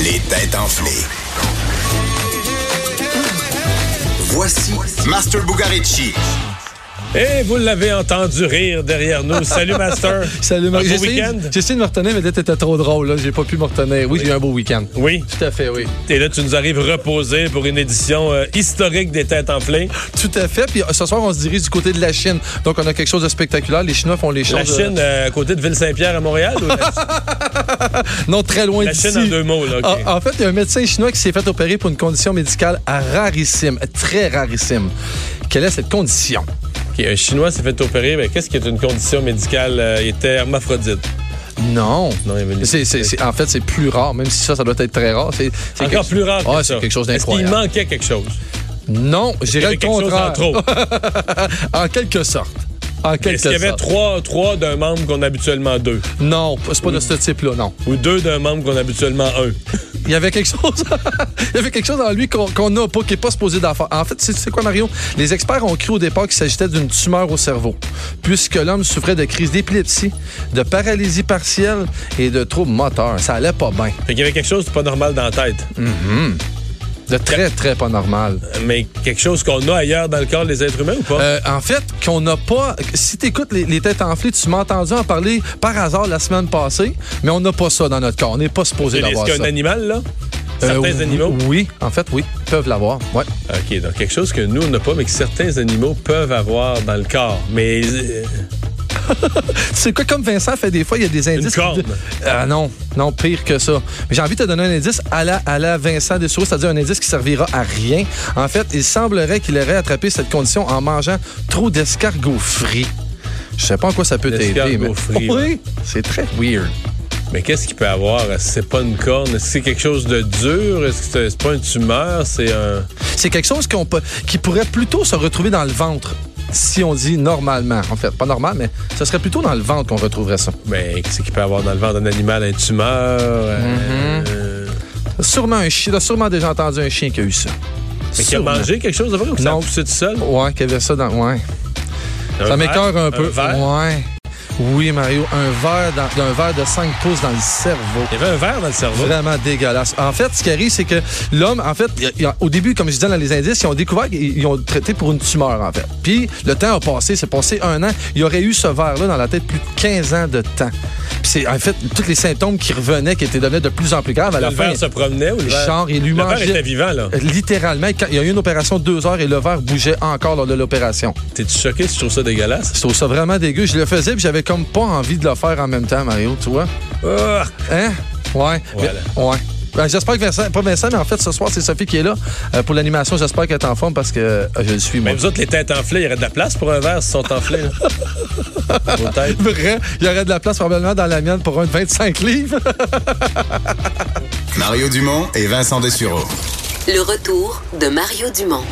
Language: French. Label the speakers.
Speaker 1: Les têtes enflées. Voici Master Bugarici.
Speaker 2: Et vous l'avez entendu rire derrière nous. Salut, Master.
Speaker 3: Salut,
Speaker 2: Un
Speaker 3: Marc.
Speaker 2: beau
Speaker 3: J'ai essayé-
Speaker 2: week-end?
Speaker 3: J'ai essayé de me retenir, mais là, t'étais trop drôle. Là. J'ai pas pu me retenir. Oui, j'ai eu un beau week-end.
Speaker 2: Oui.
Speaker 3: Tout à fait, oui.
Speaker 2: Et là, tu nous arrives reposé pour une édition euh, historique des têtes enflées.
Speaker 3: Tout à fait. Puis euh, ce soir, on se dirige du côté de la Chine. Donc, on a quelque chose de spectaculaire. Les Chinois font les choses.
Speaker 2: La Chine, euh, à côté de Ville-Saint-Pierre à Montréal. ou la,
Speaker 3: non, très loin
Speaker 2: la
Speaker 3: d'ici.
Speaker 2: Chine en deux mots, là. OK.
Speaker 3: Ah, en fait, il y a un médecin chinois qui s'est fait opérer pour une condition médicale à rarissime, très rarissime. Quelle est cette condition?
Speaker 2: OK, Un Chinois s'est fait opérer. Ben, Qu'est-ce qui est une condition médicale? euh, il était hermaphrodite.
Speaker 3: Non.
Speaker 2: Non, il y avait une- Euh,
Speaker 3: C'est- c'est- c'est- en fait, c'est plus rare, même si ça, ça doit être très rare. C'est, c'est
Speaker 2: Encore
Speaker 3: quelque-
Speaker 2: plus rare que
Speaker 3: Ah,
Speaker 2: ça.
Speaker 3: c'est quelque chose
Speaker 2: Est-ce qu'il
Speaker 3: d'incroyable.
Speaker 2: manquait quelque chose?
Speaker 3: Non,
Speaker 2: Il
Speaker 3: je
Speaker 2: y
Speaker 3: dirais
Speaker 2: avait
Speaker 3: le
Speaker 2: quelque chose en
Speaker 3: contraire.
Speaker 2: trop.
Speaker 3: En quelque sorte. En quelque
Speaker 2: Est-ce qu'il y avait
Speaker 3: sorte.
Speaker 2: trois, trois d'un membre qu'on a habituellement deux?
Speaker 3: Non, c'est pas de ce type-là, non.
Speaker 2: Ou deux d'un membre qu'on a habituellement un?
Speaker 3: Il y avait quelque chose, il y avait quelque chose en lui qu'on qu'on n'a pas, qui n'est pas supposé d'en faire. En fait, c'est- tu sais quoi, Mario? Les experts ont cru au départ qu'il s'agitait d'une tumeur au cerveau, puisque l'homme souffrait de crises d'épilepsie, de paralysie partielle et de troubles moteurs. Ça allait pas bien.
Speaker 2: Fait qu'il y avait quelque chose de pas normal dans la tête.
Speaker 3: De très, très pas normal.
Speaker 2: Mais quelque chose qu'on a ailleurs dans le corps des êtres humains ou pas?
Speaker 3: Euh, en fait, qu'on n'a pas. Si t'écoutes les, les têtes enflées, tu m'as entendu en parler par hasard la semaine passée, mais on n'a pas ça dans notre corps. On n'est pas supposé
Speaker 2: Est-ce
Speaker 3: l'avoir.
Speaker 2: qu'il y a un
Speaker 3: ça.
Speaker 2: animal, là?
Speaker 3: Euh,
Speaker 2: Certains
Speaker 3: oui,
Speaker 2: animaux?
Speaker 3: Oui, en fait, oui, peuvent l'avoir. Ouais.
Speaker 2: OK, donc quelque chose que nous, on n'a pas, mais que certains animaux peuvent avoir dans le corps. Mais euh,
Speaker 3: C'est quoi comme Vincent fait des fois, il y a des indices. qui-
Speaker 2: corne.
Speaker 3: Ah non, non, pire que ça. Mais j'ai envie de te donner un indice à la, à la Vincent Dessouris, c'est-à-dire un indice qui servira à rien. En fait, il semblerait qu'il aurait attrapé cette condition en mangeant trop d'escargots frits. Je sais pas en quoi ça peut t'aider,
Speaker 2: L'escargot
Speaker 3: mais.
Speaker 2: frit,
Speaker 3: oui, c'est très weird.
Speaker 2: mais qu'est-ce qu'il peut avoir? Est-ce que C'est pas une corne? Est-ce que c'est quelque chose de dur? Est-ce que c'est c'est pas une tumeur? C'est un.
Speaker 3: C'est quelque chose qu'on peut, qui pourrait plutôt se retrouver dans le ventre, si on dit normalement. En fait, pas normal, mais ce serait plutôt dans le ventre qu'on retrouverait ça.
Speaker 2: Mais ben, qu'est-ce qu'il peut avoir dans le ventre d'un animal? Une tumeur? euh,
Speaker 3: Mm-hmm.
Speaker 2: euh,
Speaker 3: Sûrement un chien. T'as sûrement déjà entendu un chien qui a eu ça.
Speaker 2: mais qui a
Speaker 3: Sûrement.
Speaker 2: mangé quelque chose de vrai ou que ça a
Speaker 3: Non.
Speaker 2: poussé tout seul?
Speaker 3: Ouais, qu'il y avait ça dans. Ouais.
Speaker 2: Un
Speaker 3: ça
Speaker 2: verre?
Speaker 3: m'écœure un peu.
Speaker 2: verre?
Speaker 3: ouais. Oui, Mario, un verre, dans, d'un verre de 5 pouces dans le cerveau.
Speaker 2: Il y avait un verre dans le cerveau.
Speaker 3: Vraiment dégueulasse. En fait, ce qui arrive, c'est que l'homme, en fait, il- il- au début, comme je disais dans les indices, ils ont découvert qu'ils ils ont traité pour une tumeur, en fait. Puis, le temps a passé, c'est passé un an. Il y aurait eu ce verre-là dans la tête plus de 15 ans de temps. Puis, c'est, en fait, tous les symptômes qui revenaient, qui étaient devenaient de plus en plus graves à la
Speaker 2: Le
Speaker 3: fin.
Speaker 2: verre se promenait ou le verre?
Speaker 3: Genre, il lui
Speaker 2: le verre
Speaker 3: mangeait- Euh,
Speaker 2: était vivant, là.
Speaker 3: Littéralement, quand- il y a eu une opération de deux heures et le verre bougeait encore lors de l'opération.
Speaker 2: T'es-tu choqué si tu trouves ça dégueulasse?
Speaker 3: Je trouve ça vraiment dégueu. Je le faisais, puis j'avais comme pas envie de le faire en même temps, Mario, tu vois.
Speaker 2: Ah!
Speaker 3: Hein? Ouais.
Speaker 2: Voilà.
Speaker 3: Mais- ouais. Ben, j'espère que Vincent, pas Vincent, mais en fait, ce soir, c'est Sophie qui est là euh, pour l'animation. J'espère qu'elle est en forme parce que euh, je le suis, moi.
Speaker 2: Mais vous autres, les têtes enflées, il y aurait de la place pour un verre si sont enflées. là. Vos têtes.
Speaker 3: Vrai, il y aurait de la place probablement dans la mienne pour un de 25 livres.
Speaker 1: Mario Dumont et Vincent Dessureau.
Speaker 4: Le retour de Mario Dumont.